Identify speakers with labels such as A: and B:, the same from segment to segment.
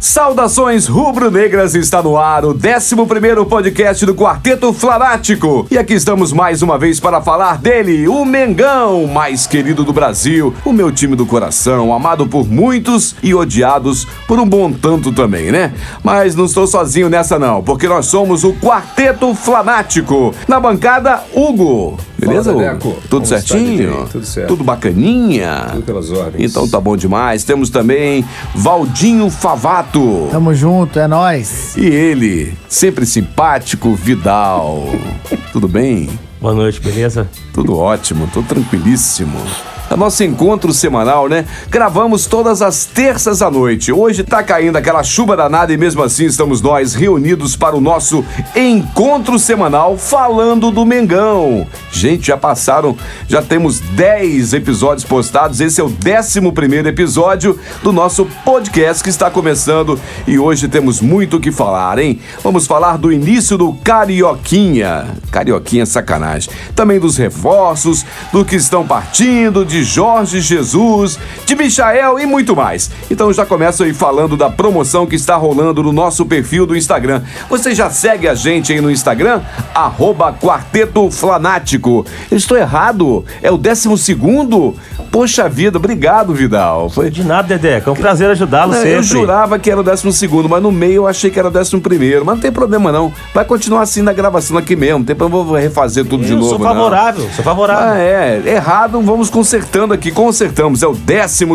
A: Saudações rubro-negras, está no ar o 11º podcast do Quarteto Flanático. E aqui estamos mais uma vez para falar dele, o Mengão, mais querido do Brasil, o meu time do coração, amado por muitos e odiados por um bom tanto também, né? Mas não estou sozinho nessa não, porque nós somos o Quarteto Flanático. Na bancada, Hugo. Beleza,
B: Fala,
A: Hugo?
B: Deco.
A: Tudo
B: Como está,
A: certinho?
B: Didi? Tudo certo.
A: Tudo bacaninha?
B: Tudo pelas ordens.
A: Então tá bom demais. Temos também Valdinho Favato.
C: Tamo junto, é nóis.
A: E ele, sempre simpático, Vidal. Tudo bem?
D: Boa noite, beleza?
A: Tudo ótimo, tô tranquilíssimo. É nosso encontro semanal, né? Gravamos todas as terças à noite. Hoje tá caindo aquela chuva danada e mesmo assim estamos nós reunidos para o nosso encontro semanal falando do Mengão. Gente, já passaram, já temos 10 episódios postados. Esse é o 11 primeiro episódio do nosso podcast que está começando e hoje temos muito o que falar, hein? Vamos falar do início do Carioquinha. Carioquinha é sacanagem. Também dos reforços, do que estão partindo, de Jorge Jesus, de Michael e muito mais. Então já começo aí falando da promoção que está rolando no nosso perfil do Instagram. Você já segue a gente aí no Instagram? Arroba Quarteto Flanático. Eu estou errado? É o décimo segundo? Poxa vida, obrigado, Vidal. Foi,
D: De nada, Dedeca. É um prazer ajudá-lo
A: não,
D: sempre.
A: Eu jurava que era o 12, mas no meio eu achei que era o 11. Mas não tem problema, não. Vai continuar assim na gravação aqui mesmo. Não Tem problema, eu vou refazer tudo de
D: Eu
A: novo.
D: sou
A: não.
D: favorável, sou favorável.
A: Ah, é. Errado, vamos consertando aqui. Consertamos. É o 12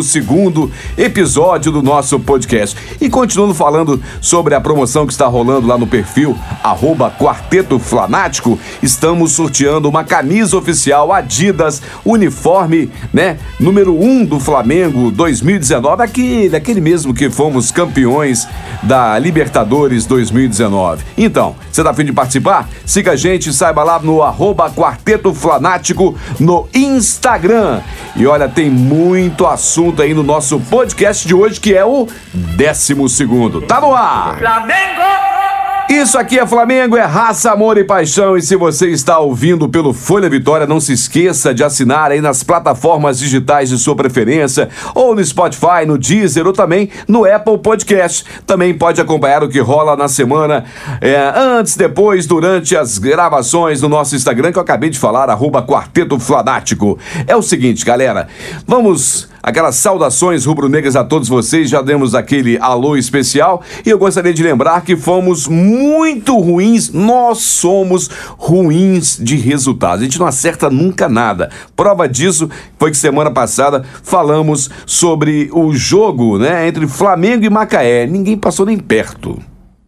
A: episódio do nosso podcast. E continuando falando sobre a promoção que está rolando lá no perfil, arroba Quarteto Flanático, estamos sorteando uma camisa oficial Adidas, uniforme, né? Número 1 um do Flamengo 2019, aqui, daquele mesmo que fomos campeões da Libertadores 2019. Então, você tá afim de participar? Siga a gente, saiba lá no arroba Quarteto Flanático no Instagram. E olha, tem muito assunto aí no nosso podcast de hoje, que é o 12 segundo. Tá no ar! Isso aqui é Flamengo, é raça, amor e paixão. E se você está ouvindo pelo Folha Vitória, não se esqueça de assinar aí nas plataformas digitais de sua preferência, ou no Spotify, no Deezer ou também no Apple Podcast. Também pode acompanhar o que rola na semana, é, antes, depois, durante as gravações no nosso Instagram, que eu acabei de falar, arroba Quarteto Flanático. É o seguinte, galera, vamos aquelas saudações rubro-negras a todos vocês. Já demos aquele alô especial e eu gostaria de lembrar que fomos muito ruins. Nós somos ruins de resultados. A gente não acerta nunca nada. Prova disso foi que semana passada falamos sobre o jogo, né, entre Flamengo e Macaé. Ninguém passou nem perto.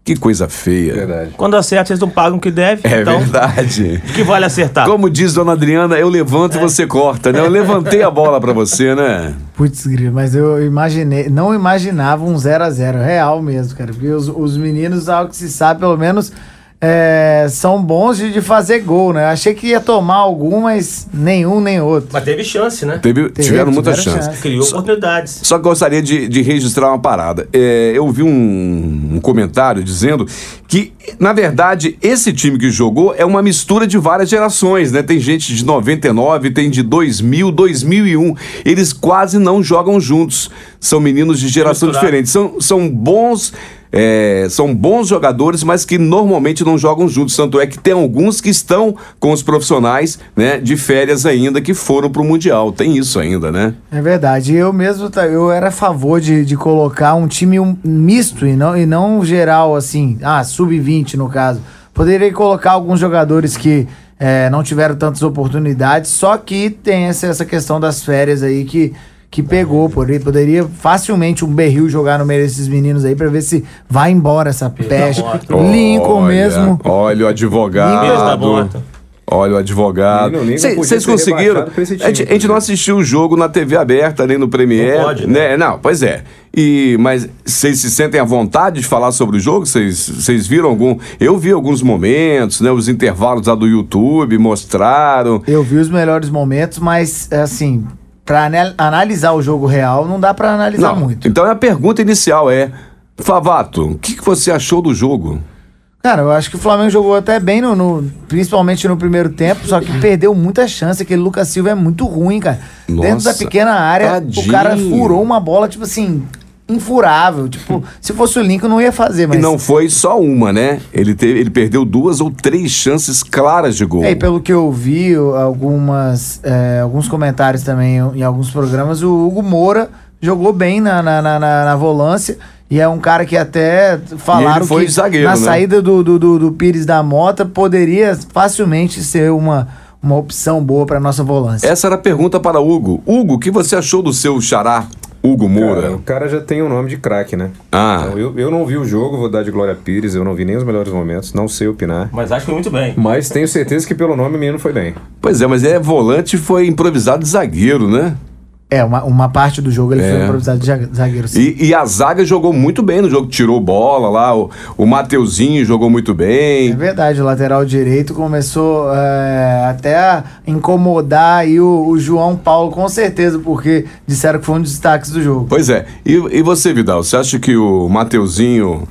A: Que coisa feia.
B: Verdade.
D: Quando acerta, eles não pagam o que deve.
A: É
D: então,
A: verdade.
D: o que vale acertar?
A: Como diz Dona Adriana, eu levanto e você corta, né? Eu levantei a bola pra você, né?
C: Putz, grilo, mas eu imaginei, não imaginava um 0 a 0 real mesmo, cara. Porque os, os meninos, ao que se sabe, pelo menos é, são bons de, de fazer gol, né? Eu achei que ia tomar algum, mas nenhum nem outro.
D: Mas teve chance, né?
A: Teve, tiveram muita
C: tiveram
A: chance.
C: chance.
D: Criou oportunidades.
A: Só gostaria de, de registrar uma parada. É, eu vi um, um comentário dizendo que, na verdade, esse time que jogou é uma mistura de várias gerações, né? Tem gente de 99, tem de 2000, 2001. Eles quase não jogam juntos. São meninos de geração
D: Misturado.
A: diferente. São, são bons. é, são bons jogadores, mas que normalmente não jogam juntos. Tanto é que tem alguns que estão com os profissionais né, de férias ainda, que foram pro Mundial. Tem isso ainda, né?
C: É verdade. Eu mesmo, tá- eu era a favor de, de colocar um time um- misto e não, e não geral, assim, ah, sub-20 no caso. Poderia colocar alguns jogadores que eh, não tiveram tantas oportunidades, só que tem essa, essa questão das férias aí que, que pegou. Por aí. Poderia facilmente um berril jogar no meio desses meninos aí pra ver se vai embora essa peste. Lincoln
A: Olha,
C: mesmo.
A: Olha o
C: Ninguém
D: Deus tá
A: advogado.
D: morto.
A: Olha o advogado.
B: Não, nem
A: Cê-
B: podia
A: Vocês
B: ser
A: conseguiram?
B: rebaixado pra esse
A: A gente,
B: time,
A: a gente não
B: né?
A: assistiu o jogo na TV aberta, nem no Premiere.
D: Não pode,
A: né? Não, pois é. E, mas vocês se sentem à vontade de falar sobre o jogo? Vocês vocês viram algum. Eu vi alguns momentos, né? Os intervalos lá do YouTube mostraram.
C: Eu vi os melhores momentos, mas, assim, pra anal- analisar o jogo real, não dá pra analisar
A: Não,
C: muito.
A: Então a pergunta inicial é: Favato, o que, que você achou do jogo?
C: Cara, eu acho que o Flamengo jogou até bem, no, no- principalmente no primeiro tempo, só que perdeu muita chance. Aquele Lucas Silva é muito ruim, cara. Dentro
A: Nossa,
C: da pequena área,
A: tadinho.
C: o cara furou uma bola, tipo assim, infurável. Tipo, se fosse o Lincoln, não ia fazer, mas.
A: E não foi só uma, né? Ele, teve, ele perdeu duas ou três chances claras de gol.
C: É, e pelo que eu vi, eu- algumas, é, alguns comentários também em alguns programas, o Hugo Moura jogou bem na, na, na, na- na volância. E é um cara que até falaram
A: ele foi
C: que
A: zagueiro,
C: na
A: né?
C: saída do, do, do, do Pires da Mota poderia facilmente ser uma, uma opção boa para nossa volância.
A: Essa era a pergunta para Hugo. Hugo, o que você achou do seu xará, Hugo
B: Cara,
A: Moura?
B: É, o cara já tem o nome de craque, né?
A: Ah.
B: Então, eu, eu não vi o jogo, vou dar de Glória Pires, eu não vi nem os melhores momentos, não sei opinar.
D: Mas acho que foi muito bem.
B: Mas tenho certeza que pelo nome o menino foi bem.
A: Pois é, mas é volante foi improvisado de zagueiro, né?
C: É, uma, uma parte do jogo ele
A: É.
C: foi improvisado de zague- zagueiro. sim.
A: E, e a zaga jogou muito bem no jogo, tirou bola lá, o, o Mateuzinho jogou muito
C: É
A: bem.
C: verdade, o lateral direito começou é, até a incomodar aí o, o João Paulo, com certeza, porque disseram que foi um dos destaques do jogo.
A: Pois é. E, e você, Vidal, você acha que o Mateuzinho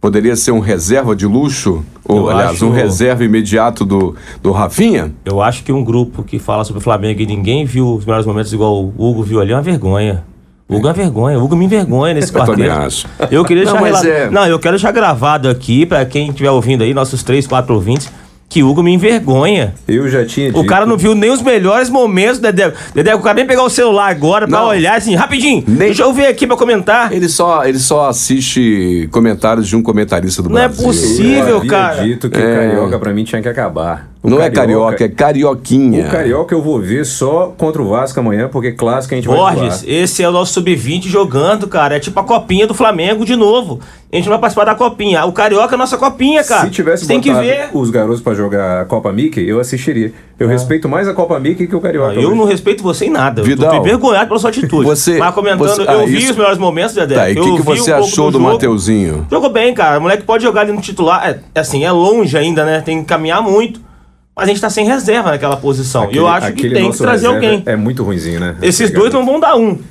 A: poderia ser um reserva de luxo? Ou,
D: Eu
A: aliás,
D: acho-
A: um reserva imediato do, do Rafinha?
D: Eu acho que um grupo que fala sobre o Flamengo e ninguém viu os melhores momentos igual o Hugo viu ali é uma vergonha. O Hugo é uma vergonha. O Hugo me envergonha nesse
A: Eu
D: quarteto.
A: também acho.
D: Eu queria
A: Não,
D: deixar
A: mas
D: rela-
A: é-
D: Não, eu quero deixar gravado aqui, pra quem estiver ouvindo aí, nossos três, quatro ouvintes, que o Hugo me envergonha.
B: Eu já tinha
D: O
B: dito-
D: cara não é viu nem os melhores momentos, Dedé. Dedé, o cara nem pegar o celular agora pra
A: Não.
D: olhar assim, rapidinho.
A: Nem-
D: Deixa eu ver aqui pra comentar.
A: Ele só, ele só assiste comentários de um comentarista do
D: Não é
A: Brasil.
D: possível,
B: eu havia
D: cara. É.
B: dito que carioca pra mim tinha que acabar. O
A: Não é carioca, é carioquinha.
B: O carioca eu vou ver só contra o Vasco amanhã, porque clássico a gente vai
D: Borges,
B: zoar.
D: esse é o nosso sub-20 jogando, cara. É tipo a copinha do Flamengo de novo. A gente não vai participar da copinha. O Carioca é a nossa copinha, cara.
B: Se tivesse
D: Você tem que
B: botado
D: ver. Ah.
B: os garotos pra jogar a Copa Mickey, eu assistiria. Eu respeito mais a Copa Mickey que o carioca.
D: Eu
B: hoje.
D: não respeito você em nada. eu
A: Vidal,
D: tô envergonhado pela sua atitude.
A: você-
D: Mas comentando,
A: você-
D: eu
A: ah,
D: vi
A: isso-
D: os melhores momentos, Dedé.
A: Tá, e o
D: Eu
A: que, que
D: vi um
A: você
D: pouco
A: achou do,
D: jogo.
A: Mateuzinho?
D: Jogou bem, cara. O moleque pode jogar ali no titular. É, é assim, é longe ainda, né? Tem que caminhar muito. Mas a gente tá sem reserva naquela posição. E eu acho que
B: aquele
D: tem que
B: nosso
D: trazer
B: reserva
D: alguém.
B: É muito ruinzinho, né?
D: Esses dois não vão dar um. Tá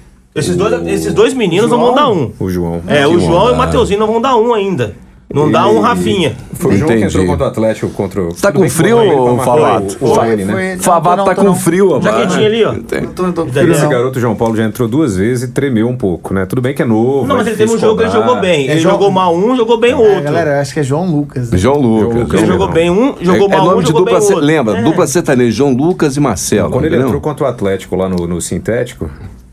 D: Esses, dois, esses dois meninos não vão dar um.
B: O João.
D: É, o
A: Que
D: João e
A: onda.
D: o Mateuzinho não vão dar um ainda. Não dá um Rafinha.
B: Foi o João que
A: Entendi.
B: entrou contra o Atlético contra o.
A: Tá
B: Tudo
A: com
B: bem que
A: frio,
B: foi ele pra matar
A: Falato?
B: O, o
C: Foi,
B: Johnny, né?
C: foi.
A: Favato
C: não,
A: tá
C: tô
A: com
C: não.
A: frio, rapaz.
D: Jaquetinha ali, ó.
A: Tem-
C: Tô- tô- tô-
D: Entendeu?
B: Esse
D: Não.
B: garoto João Paulo já entrou duas vezes e tremeu um pouco, né? Tudo bem que é novo.
D: Não, mas
B: é
D: ele teve um
B: difícil
D: jogo que ele
B: cobrar.
D: jogou bem.
C: É
D: Ele
C: jogo-
D: jogou mal um, jogou bem o
C: É,
D: outro.
C: galera, eu acho que é João Lucas. né?
A: João Lucas.
B: Lucas.
D: ele
B: João
D: jogou
B: Lucas.
D: bem um, jogou
A: é, é
D: mal um,
A: nome de
D: jogou bem
A: dupla,
D: o
A: ser-
D: outro.
A: lembra?
D: É.
A: Dupla sertaneja, João Lucas e Marcelo.
B: Quando ele
A: entendeu?
B: entrou contra o Atlético lá no, no sintético,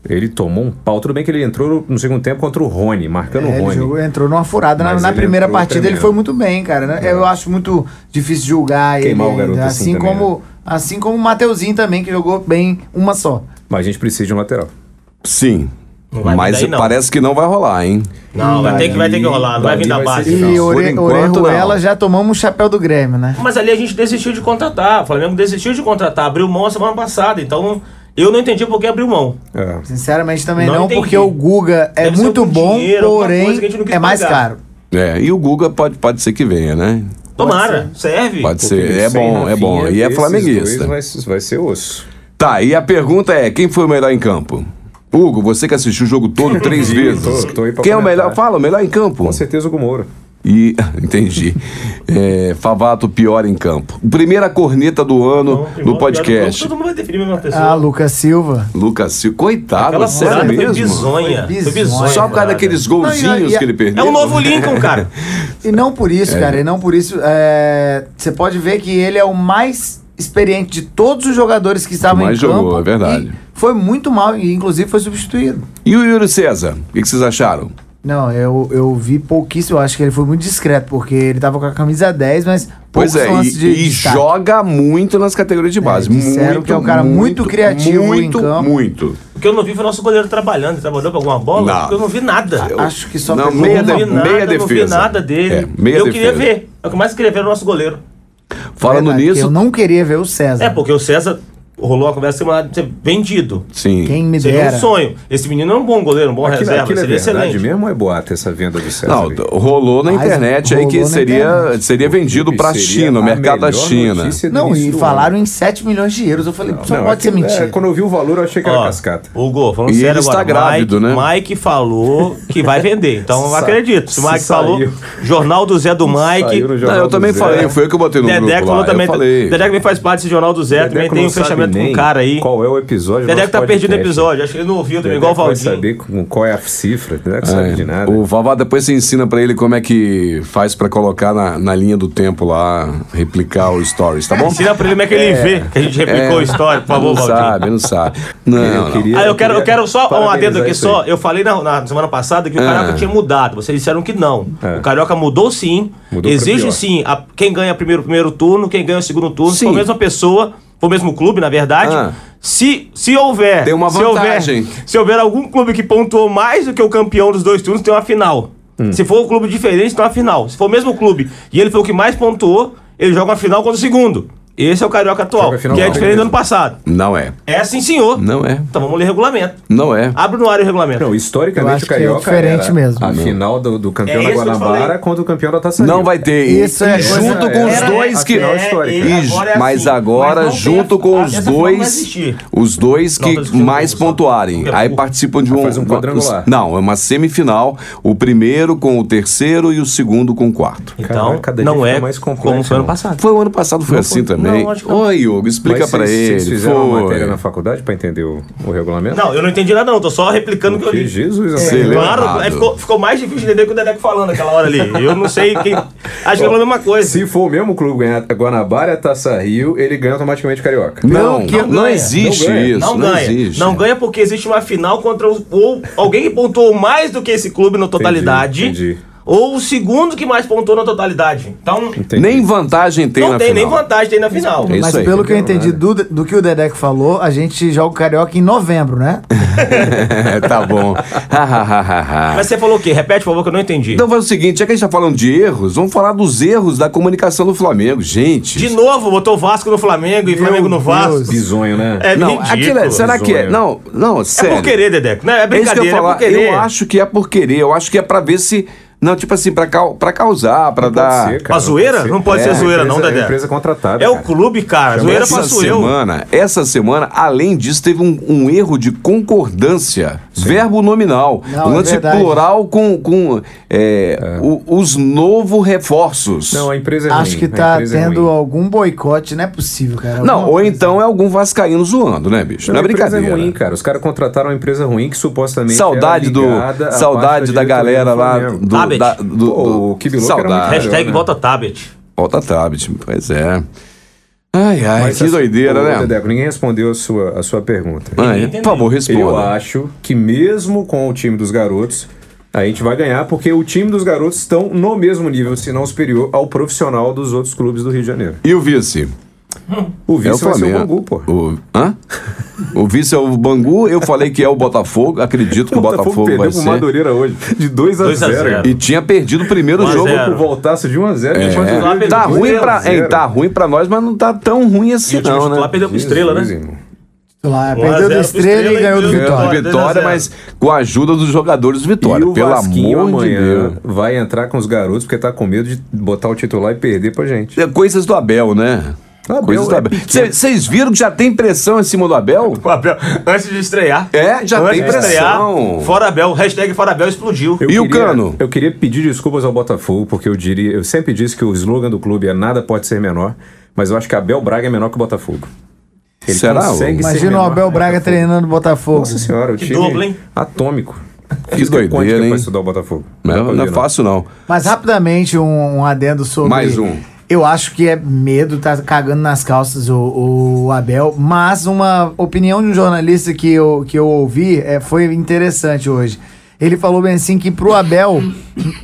B: ele tomou um pau. Tudo bem que ele entrou no, no segundo tempo contra o Rony, marcando
C: É,
B: o
C: ele
B: Rony.
C: jogou- entrou numa furada. Na,
B: Mas
C: na
B: ele
C: primeira
B: entrou
C: partida ele
B: tremendo.
C: foi muito bem, cara. né? Eu acho muito difícil julgar
B: Queimar
C: ele.
B: o garoto
C: ainda,
B: assim
C: assim,
B: também,
C: como, assim como o Mateuzinho também, que jogou bem uma só.
B: Mas a gente precisa de um lateral.
A: Sim.
D: Não vai
A: Mas
D: daí, não.
A: parece que não vai rolar, hein?
D: Não, vai ter, que, vai ter que rolar, não vai vir da
B: Dali vai ser
D: base.
C: E
B: Não,
D: não.
B: difícil.
A: por
C: Ore-
A: enquanto,
C: Orejuela
A: não.
C: já tomamos o chapéu do Grêmio, né?
D: Mas ali a gente desistiu de contratar. O Flamengo desistiu de contratar. Abriu mão a semana passada. Então, eu não entendi por que abriu mão.
B: É.
C: Sinceramente também
D: Não
C: não,
D: entendi.
C: porque o Guga é
D: Deve ser
C: muito
D: algum
C: bom,
D: dinheiro, alguma coisa
C: porém
D: que a gente não quis
C: é mais
D: pagar.
C: caro.
A: É, e o Guga pode, pode ser que venha, né?
D: Tomara, serve.
A: Pode
B: Porque
A: ser. É
B: sem
A: bom, é
B: Rafinha,
A: bom. E é
B: esses
A: flamenguista.
B: dois Vai, vai ser osso.
A: Tá, e a pergunta é: quem foi o melhor em campo? Hugo, você que assistiu o jogo todo três
B: vi,
A: vezes.
B: tô- tô aí pra
A: Quem é o
B: comentar.
A: melhor? Fala, o melhor em campo.
B: Com certeza o Gomoro.
A: E entendi. É, Favato pior em campo. Primeira corneta do
D: Então,
A: ano no podcast.
D: Todo mundo vai definir a mesma pessoa.
C: Ah, Lucas Silva.
A: Lucas Silva, coitado,
D: Aquela
A: sério
D: furada foi
A: mesmo.
D: bizonha.
C: Foi
D: Foi
A: Só
D: bizonha.
A: por causa
D: cara.
A: daqueles
C: Não, e a-
A: golzinhos
C: e a-
A: que ele
D: É
A: perdeu.
D: o novo Lincoln, cara.
C: E não por isso, cara, e não por isso. é, Você pode ver que ele é o mais experiente de todos os jogadores que estavam
A: mais
C: em campo.
A: jogou, é verdade.
C: e foi muito mal, e inclusive foi substituído.
A: E o Yuri César? O que que vocês acharam?
C: Não, eu, eu vi pouquíssimo, eu acho que ele foi muito discreto, porque ele tava com a camisa 10, mas
A: Pois
C: poucos
A: é, e,
C: lances de
A: e
C: destaque.
A: joga muito nas categorias de base.
C: disseram
A: muito,
C: que é um cara muito criativo em
A: muito,
C: campo.
A: Muito.
D: O que eu não vi foi o nosso goleiro trabalhando. Ele trabalhou pra alguma bola?
A: Não. Ah,
D: Eu não vi nada.
A: Eu-
C: Acho que só
A: Não,
C: pegou
A: meia
C: uma
A: de-
D: não vi nada,
A: meia
D: não vi
A: defesa.
D: nada dele.
A: É, meia
D: eu
A: defesa.
D: queria ver. É o que mais queria ver o nosso goleiro.
A: Falando
C: Verdade,
A: nisso-
C: Eu não queria ver o César.
D: É, porque o César rolou a conversa semana de ser vendido.
A: Sim.
C: Quem me
D: Seria
C: dera.
D: um sonho. Esse menino é um bom goleiro, um bom
B: Aquilo,
D: reserva.
B: aquilo é
D: seria
B: verdade
D: excelente.
B: mesmo ou é boato essa venda do César?
A: Não,
B: aí?
A: rolou na
C: Mas
A: internet aí que
C: rolou na
A: seria,
C: internet.
A: seria vendido pra
B: Seria
A: China, o
B: a
A: mercado da
B: melhor
A: China.
B: notícia do
C: Não,
B: início
C: e
B: do
C: falaram
D: né?
B: ano.
C: em 7 milhões de euros. Eu falei, só
B: Não,
C: pode ser
B: aquilo- é,
C: mentira.
B: quando eu vi o valor, eu achei que era
D: Ó,
B: cascata.
D: Hugo, falando
A: E
D: sério
A: ele está
D: agora,
A: grávido,
D: Mike,
A: né?
D: Mike falou que vai vender. Então eu
B: Sa-
D: acredito. Se o Mike
B: saiu.
D: falou, jornal do Zé do Mike.
B: Saiu no
A: Não,
B: jornal
A: eu
B: do
A: também
B: Zé.
A: falei, foi eu que botei no grupo
D: Dedeco
A: lá,
D: falou também.
A: Eu falei.
D: Dedeco também faz parte desse jornal do Zé, também
B: Dedeco
D: tem
B: não
D: um
B: sabe
D: fechamento com
B: nem
D: um cara aí.
B: Qual é o episódio? do
D: Dedeco
B: nosso
D: tá perdido o
B: podcast.
D: episódio, acho que ele não ouviu também, igual o
B: Dedeco vai
D: Valdinho.
B: saber com- qual é a cifra. Dedeco sabe de nada.
A: O Vavá depois você ensina pra ele como é que faz pra colocar na, na linha do tempo lá, replicar o stories, tá bom?
D: Ensina pra ele como é que ele vê, que a gente replicou
A: É.
D: a história, por
A: não
D: favor, Valdinho.
A: sabe, não sabe. Não,
B: Eu
A: não.
B: queria-
D: Ah, eu quero, eu
B: queria
D: quero só um
B: parabenizar
D: adendo aqui
B: isso
D: só.
B: aí.
D: Eu falei na, na semana passada que o
A: Ah.
D: Carioca tinha mudado. Vocês disseram que não.
B: É.
D: O Carioca mudou sim.
B: Mudou pra
D: Exige
B: pior.
D: sim. a- quem ganha primeiro primeiro turno, quem ganha o segundo turno,
A: Sim.
D: foi a mesma pessoa, foi o mesmo clube, na verdade.
A: Ah.
D: Se, se houver.
A: Tem uma
D: se houver-
A: vantagem.
D: se houver algum clube que pontuou mais do que o campeão dos dois turnos, tem uma final.
B: Hum.
D: Se for um clube diferente, tem uma final. Se for o mesmo clube e ele foi o que mais pontuou, ele joga uma final contra o segundo. Esse é o Carioca atual,
B: Joga a final
D: que é
B: contra o
D: diferente do
B: segundo.
D: ano passado.
A: Não é,
D: É sim, senhor.
A: não é,
D: Então vamos ler o regulamento.
A: não é.
D: Abre no ar o regulamento.
B: Não,
C: Eu
B: historicamente
C: acho
B: o
C: que é
B: Carioca
C: diferente
B: era
C: mesmo.
B: a
C: Não.
B: final do, do campeão
D: É
B: da
D: isso que eu
B: Guanabara
D: falei.
B: contra o campeão da Taça
A: Não
B: Rio.
A: vai ter.
C: Isso é
A: E
C: coisa-
A: junto com os
C: era-
A: dois que.
B: era-
D: É,
B: histórica.
D: e
A: E-
D: agora é assim.
A: mas
D: Mas
A: agora,
D: não tem
A: junto
D: a-
A: com
D: a-
A: os
D: essa forma não
A: dois,
D: existe.
A: os dois
D: Não,
A: que
D: tá discutindo
A: mais
D: isso, só.
A: pontuarem,
D: É
A: aí
D: burro.
A: participam de um,
B: Faz um quadrangular.
A: Não, é uma semifinal, o primeiro com o terceiro e o segundo com o quarto.
D: Então,
B: Cara, cada dia
D: não
B: fica
D: é
B: mais complexo,
D: como foi ano
B: né?
D: passado.
A: Foi o ano passado foi assim
D: foi-
A: também.
D: não, acho que não.
A: Oi, Hugo, explica
B: Mas
A: pra
B: vocês-
A: ele.
B: Vocês fizeram uma matéria
A: Foi.
B: na faculdade pra entender o, o regulamento?
D: Não, eu não entendi nada não, tô só replicando o que eu
B: Que
D: li.
B: Jesus,
A: Sei
B: amado.
A: lá.
D: Claro, é, ficou, ficou mais difícil de entender que o Dedeco falando aquela hora ali. Eu não sei quem... Acho que é a mesma coisa.
B: Se for o mesmo clube ganhar a Guanabara e a Taça Rio, ele ganha automaticamente o Carioca.
A: Não,
D: Não,
A: não,
D: que
A: não
D: ganha.
A: existe
B: Não ganha.
A: isso.
D: não, ganha.
A: existe.
D: Não ganha porque existe uma final contra o, ou alguém que pontuou mais do que esse clube na totalidade.
B: entendi.
D: Ou o segundo que mais pontuou na totalidade. Então,
B: Entendi.
A: Nem vantagem tem
D: não
A: na
D: tem nem
A: final.
D: vantagem tem na final.
A: É isso
C: Mas
A: aí,
C: pelo
A: não
C: que eu
B: deu
C: entendi
B: nada.
C: do, do que o Dedeco falou, a gente joga o Carioca em novembro, né?
A: tá bom.
D: Mas você falou o quê? Repete, por favor, que eu não entendi.
A: então faz o seguinte, já que a gente tá falando de erros, vamos falar dos erros da comunicação do Flamengo. Gente,
D: De novo, botou Vasco no Flamengo e Flamengo no Vasco.
C: Deus.
B: Bisonho, né?
D: É
A: Não,
D: ridículo.
A: aquilo é, será que é?
B: Zonha.
A: Não, não,
D: É
A: sério.
D: por querer, Dedeco. Não,
A: É
D: é
A: isso que eu
D: brincadeira,
A: ia
D: é,
A: falar.
D: por querer.
A: eu acho que é por querer. Eu acho que é pra ver se. Não, tipo assim, pra, cau- pra causar, pra dar.
B: Pode ser,
D: Pra
B: cara,
D: zoeira? Não pode
A: É,
D: ser
A: a
D: zoeira, não,
B: empresa-
D: Dedé.
B: É empresa contratada.
D: É o
B: cara.
D: clube, cara. Zoeira
A: essa
D: faço eu.
A: semana, essa semana, além disso, teve um, um erro de concordância. Verbo nominal.
C: Não, é
A: lance
C: verdade.
A: plural com, com é, o- os novos reforços.
B: Não, a empresa é ruim.
C: Acho que
B: a
C: tá
B: empresa é
C: tendo
B: ruim.
C: algum boicote, não é possível, cara.
A: Não,
C: Alguma
A: ou
C: coisa.
A: então é algum vascaíno zoando, né, bicho? Não, é
B: a empresa
A: brincadeira.
B: ruim, cara. Os caras contrataram uma empresa ruim que supostamente.
A: Saudade
B: era
A: do.
B: ligada à parte
A: Saudade da
B: diretoria
A: galera
B: do
A: lá.
B: Flamengo.
A: Do,
D: Tabet.
A: da- do,
B: Pô,
A: do-
B: o Kibiloco era muito
A: Saudade.
B: melhor.
D: Hashtag
B: né?
D: bota tablet.
A: Volta Tabet, pois é. Ai, ai,
B: Mas
A: que
B: assim,
A: doideira,
B: ô,
A: né?
B: Dedeco, ninguém respondeu a sua, a sua pergunta.
A: Ai,
D: entendeu.
A: por favor,
B: Eu
A: responda.
B: acho que mesmo com o time dos garotos, a gente vai ganhar, porque o time dos garotos estão no mesmo nível, se não superior, ao profissional dos outros clubes do Rio de Janeiro.
A: E o vice?
B: O
A: É o
B: vice vai ser o
A: Flamengo.
B: Bangu, pô.
A: O, hã? o vice é o Bangu, eu falei que é o Botafogo, acredito que o Botafogo,
B: um perdeu
A: vai
B: pro
A: ser.
B: Madureira hoje, de 2 a
D: 2 a
B: 0.
D: 0.
A: E tinha perdido o primeiro
D: 1 a
A: jogo.
D: 0.
B: O voltaço de 1 a 0.
A: É.
B: e o Madureira
D: titular
A: Tá,
B: perdeu
A: ruim
B: 2 a
A: pra,
B: 0.
A: hein, tá ruim pra nós, mas não tá tão ruim assim,
D: E o time
A: não,
D: titular
A: né?
D: perdeu pro Estrela,
B: Jesus,
D: né?
B: irmão.
C: Lá,
D: 1 a 0
C: perdeu do Estrela
D: pro Estrela
C: e
D: e
A: Ganhou
C: ganhou do
D: ganhou do
A: do
C: Vitória.
D: Vitória.
A: Vitória,
D: 2 a 0.
A: mas com a ajuda dos jogadores do Vitória,
B: E o
A: pelo
B: Vasquinho
A: amor de
B: amanhã
A: Deus.
B: vai entrar com os garotos porque tá com medo de botar o titular e perder pra gente.
A: É Coisas do Abel, né?
B: Abel
A: Coisas do
B: é
A: Abel. Vocês viram que já tem pressão em cima do Abel?
D: O Abel, antes de estrear.
A: É, já
D: antes
A: tem
D: de estrear.
A: pressão.
D: Fora Abel. Hashtag Fora Abel explodiu.
B: Eu
A: E o
B: queria-
A: Cano?
B: Eu queria pedir desculpas ao Botafogo, porque eu diria, eu sempre disse que o slogan do clube é nada pode ser menor, mas eu acho que Abel Braga é menor que o Botafogo. Ele
A: Será,
B: consegue
A: Hugo?
B: ser
C: Imagina o
B: menor
C: Abel
B: que
C: Braga
B: Botafogo.
C: treinando o Botafogo.
B: é, tá Nossa senhora, o
D: Que
B: time
D: dupla, hein?
B: atômico. é
A: Que
B: Quanto
A: doideira,
B: tempo
A: hein?
B: vai estudar o Botafogo?
A: Não, não é fácil, não.
C: Mas rapidamente um, um adendo sobre.
A: Mais um.
C: Eu acho que é medo, tá cagando nas calças o, o Abel, mas uma opinião de um jornalista que eu, que eu ouvi é, foi interessante hoje. Ele falou bem assim que pro Abel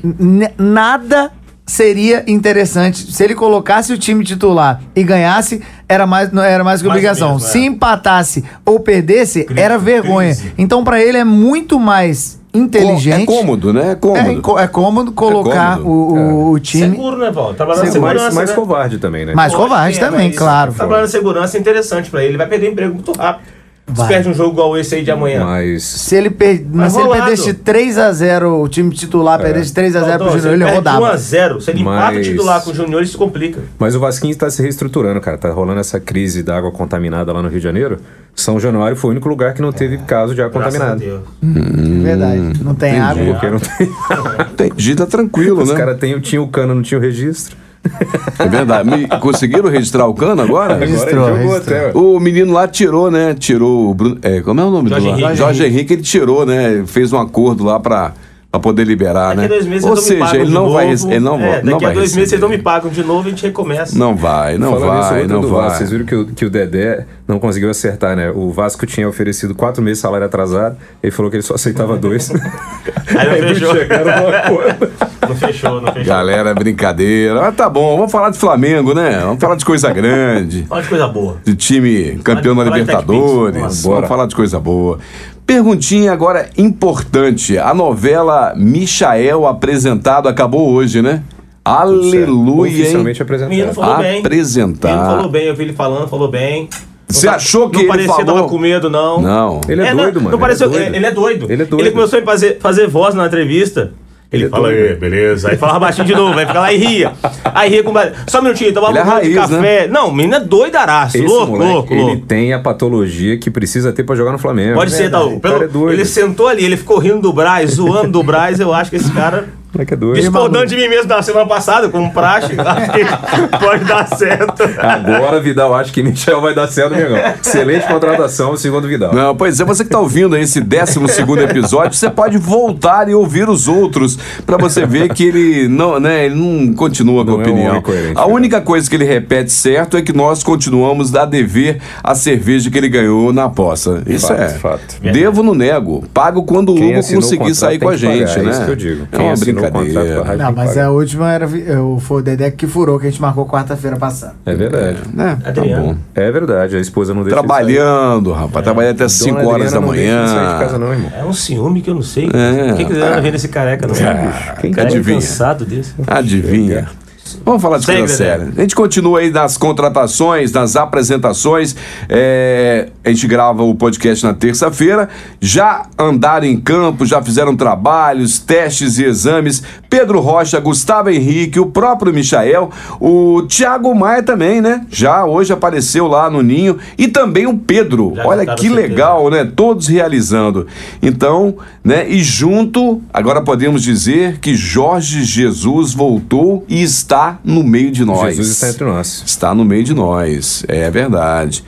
C: n- nada seria interessante. Se ele colocasse o time titular e ganhasse, era mais, não, era mais que
D: Mais
C: obrigação.
D: mesmo, é.
C: Se empatasse ou perdesse, era vergonha.
D: crise.
C: Então, pra ele é muito mais inteligente.
A: É cômodo, né? É
C: É,
A: cômodo. É
C: co- é cômodo colocar
A: cômodo.
C: O, o- o time.
D: Seguro, né, Paulo? Trabalhar na
C: Seguro.
D: segurança.
B: mais, mais
D: né?
B: covarde também, né?
C: Mas covarde
D: É,
C: também,
D: mas
C: claro.
D: Trabalhar na segurança é interessante pra ele. Ele vai perder emprego muito rápido. Se
C: Vai.
D: perde um jogo igual esse aí de
C: é.
D: amanhã.
B: Mas
C: Se ele, per... mas se ele
D: rolado.
C: perdesse 3x0, o time
A: É.
C: titular perdesse 3x0 pro Júnior,
D: é
C: ele rodava.
D: 1x0. Se ele empata o
B: Mas-
D: titular com o Júnior, isso complica.
B: Mas o Vasquinho está se reestruturando, cara. Tá rolando essa crise da água contaminada lá no Rio de Janeiro. São Januário foi o único lugar que não teve caso de água
D: É, Graças a
B: contaminada.
D: Deus.
C: É
A: Hum,
C: Verdade. Não tem água.
B: Porque não tem.
A: Entendi, tá tranquilo,
B: Os
A: né?
B: caras têm- tinham o cano, não tinha o registro.
A: É verdade. Me- conseguiram registrar o cano agora?
C: Registrou,
B: Agora ele jogou
C: registrou.
B: até, ó.
A: O menino lá tirou, né? Tirou o Bruno. é, como é o nome
D: Jorge
A: do lá?
D: Henrique.
A: Jorge Henrique, ele tirou, né? Fez um acordo lá pra, pra poder liberar,
D: Daqui a
A: né?
D: dois meses
A: Ou
D: vocês não me
A: seja,
D: pagam
A: ele
D: de
A: não
D: novo.
A: vai rece- ele não,
D: É,
A: vai-
D: Daqui
A: não vai
D: a dois meses vocês
A: receber.
D: não me pagam de novo e a gente recomeça.
A: Não vai, não
B: Falando isso,
A: vai,
B: outra
A: não
B: do
A: vai.
B: Vasco, Vocês viram que o, que o Dedé não conseguiu acertar, né? O Vasco tinha oferecido quatro meses de salário atrasado. Ele falou que ele só aceitava dois.
D: Aí não fechou.
B: chegaram a um acordo.
D: Não fechou, não fechou.
A: Galera, brincadeira. Mas tá bom, vamos falar de Flamengo, né? Vamos falar de coisa grande.
D: Olha que coisa boa.
A: de time campeão da
D: Falar de
A: Libertadores.
D: Tech Pix.
A: Vamos falar de coisa boa. Perguntinha agora importante. A novela Michael apresentado acabou hoje, né? Aleluia, hein?
B: Oficialmente
D: O menino
B: apresentado.
D: falou bem.
A: Apresentar.
D: O menino falou bem, eu vi ele falando, falou bem.
A: Você
D: Não tá-
A: achou que ele
D: Não parecia
A: falou?
D: tava com medo, não.
A: Não.
B: Ele é,
D: não-
B: doido,
D: não
B: mano.
D: pareceu-
B: ele é doido.
D: ele é doido.
B: Ele é doido.
D: Ele começou a fazer, fazer voz na entrevista. Ele,
B: Ele é
D: fala,
B: doido.
D: "É, beleza. Aí falava baixinho de novo, aí ficava lá e ria. Aí ria com. ba- Só um minutinho, tomava
A: Ele é
D: um pouco de
A: raiz,
D: café. Não, o menino é doidaraço.
B: né?" Esse
D: louco,
B: moleque,
D: louco,
B: ele
D: louco.
B: tem a patologia que precisa ter pra jogar no Flamengo.
D: Pode ser,
B: Verdade.
D: Taú.
B: O cara é doido.
D: Ele sentou ali, ele ficou rindo do Braz, zoando do Braz. Eu acho que esse cara.
B: O moleque é doido.
D: Discordando de mim mesmo da semana passada, como praxe, acho que pode dar certo.
B: Ah, Agora, Vidal, acho que Michel vai dar certo, Mengão. Excelente contratação, segundo Vidal.
A: Não, pois é, você que tá ouvindo aí esse 12 segundo episódio, você pode voltar e ouvir os outros pra você ver que ele não, né, ele não continua com a
B: Não é um
A: opinião.
B: homem coerente,
A: a
B: né?
A: única coisa que ele repete certo é que nós continuamos a dever a cerveja que ele ganhou na aposta. Isso
B: Fato,
A: é.
B: fato.
A: Devo no nego, pago quando o
B: Quem
A: Hugo
B: assinou o
A: conseguir
B: contrato
A: sair com
B: tem
A: a
B: que pagar,
A: gente,
B: é
A: né?
B: isso que eu digo.
A: É
B: Quem
A: uma
B: assinou o contrato
A: brincadeira.
B: com a Rádio
C: Não, mas
B: Paga.
C: a última era vi- eu- foi o Dedé que furou, que a gente marcou quarta-feira passada.
B: É verdade.
A: É, tá
D: Adriano.
A: bom.
B: É verdade, a esposa não deixa ele sair.
A: Trabalhando, rapaz, trabalhando até 5
B: É. Dona
A: horas da
B: Adriana não deixa ele sair de casa,
A: manhã.
B: não, irmão.
D: É um ciúme que eu não sei.
A: É.
D: O que que ele anda vendo esse careca, não?
A: Ah,
B: É,
D: Quem
A: que adivinha?
D: cansado desse.
A: Ah, Adivinha. Vamos falar de
D: Segue,
A: coisa
D: né?
A: séria. A gente continua aí nas contratações, nas apresentações. É, a gente grava o podcast na terça-feira. Já andaram em campo, já fizeram trabalhos, testes e exames. Pedro Rocha, Gustavo Henrique, o próprio Michael, o Thiago Maia também, né? Já hoje apareceu lá no Ninho. E também o Pedro.
D: Já tá
A: Olha
D: anotaram
A: que
D: certeza.
A: legal legal, né? Todos realizando. Então, né? E junto, agora podemos dizer que Jorge Jesus voltou e está no meio de nós.
B: Jesus está entre nós.
A: Está no meio de nós, é verdade.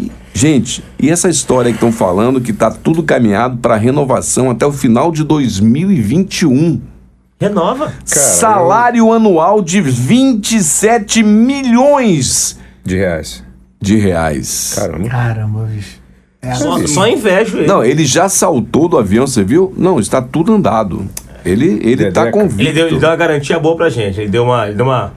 A: E, gente, e essa história que estão falando que tá tudo caminhado para renovação até o final de 2021.
D: Renova.
B: Cara,
A: Salário anual de 27 milhões
B: De reais.
A: de reais.
B: Caramba.
C: Caramba, bicho. É
D: Só,
C: assim.
D: só invejo ele.
A: Não, ele já saltou do avião, você viu? Não, está tudo andado. Ele, ele tá
B: Dedeca.
A: convicto.
D: ele, deu, ele deu uma garantia boa pra gente. Ele deu uma, ele deu uma,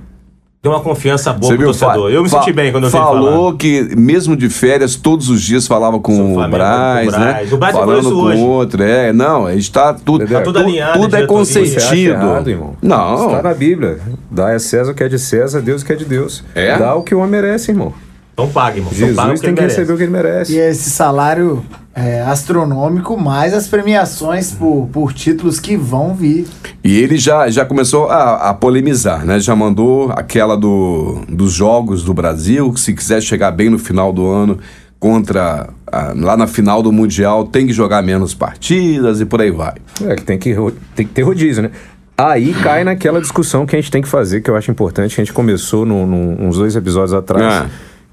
D: deu uma confiança boa
A: Você
D: pro
A: viu?
D: um torcedor.
A: Fa-
D: Eu me
A: fa-
D: senti bem quando eu vi ele falar.
A: Falou que, mesmo de férias, todos os dias falava com
D: Sou
A: o
D: Flamengo,
A: Braz,
D: com o
A: né?
D: Braz. O Braz falou
A: Falando
D: isso
A: com
D: hoje.
A: outro. É, não, a gente tá tudo.
B: Dedeca. Tá
D: tudo alinhado,
A: Tudo é
D: diretoria.
B: Você acha
A: consentido.
B: Tá errado, irmão? Está
A: Não.
B: na Bíblia. Dá a César o que é de César, Deus o que é de Deus.
A: É?
B: Dá o que o homem merece, irmão.
D: Então paga, irmão. Então paga
B: Jesus
D: o que
B: tem
D: ele
B: que
D: merece.
B: receber o que ele merece.
C: E esse salário é, astronômico, mais as premiações por, por títulos que vão vir.
A: E ele já, já começou a, a polemizar, né? Já mandou aquela do, dos Jogos do Brasil, que se quiser chegar bem no final do ano contra. a- lá na final do Mundial, tem que jogar menos partidas e por aí vai.
B: É, que tem que, ro- tem que ter rodízio, né? Aí cai naquela discussão que a gente tem que fazer, que eu acho importante, que a gente começou no, no- uns dois episódios atrás,
A: Ah.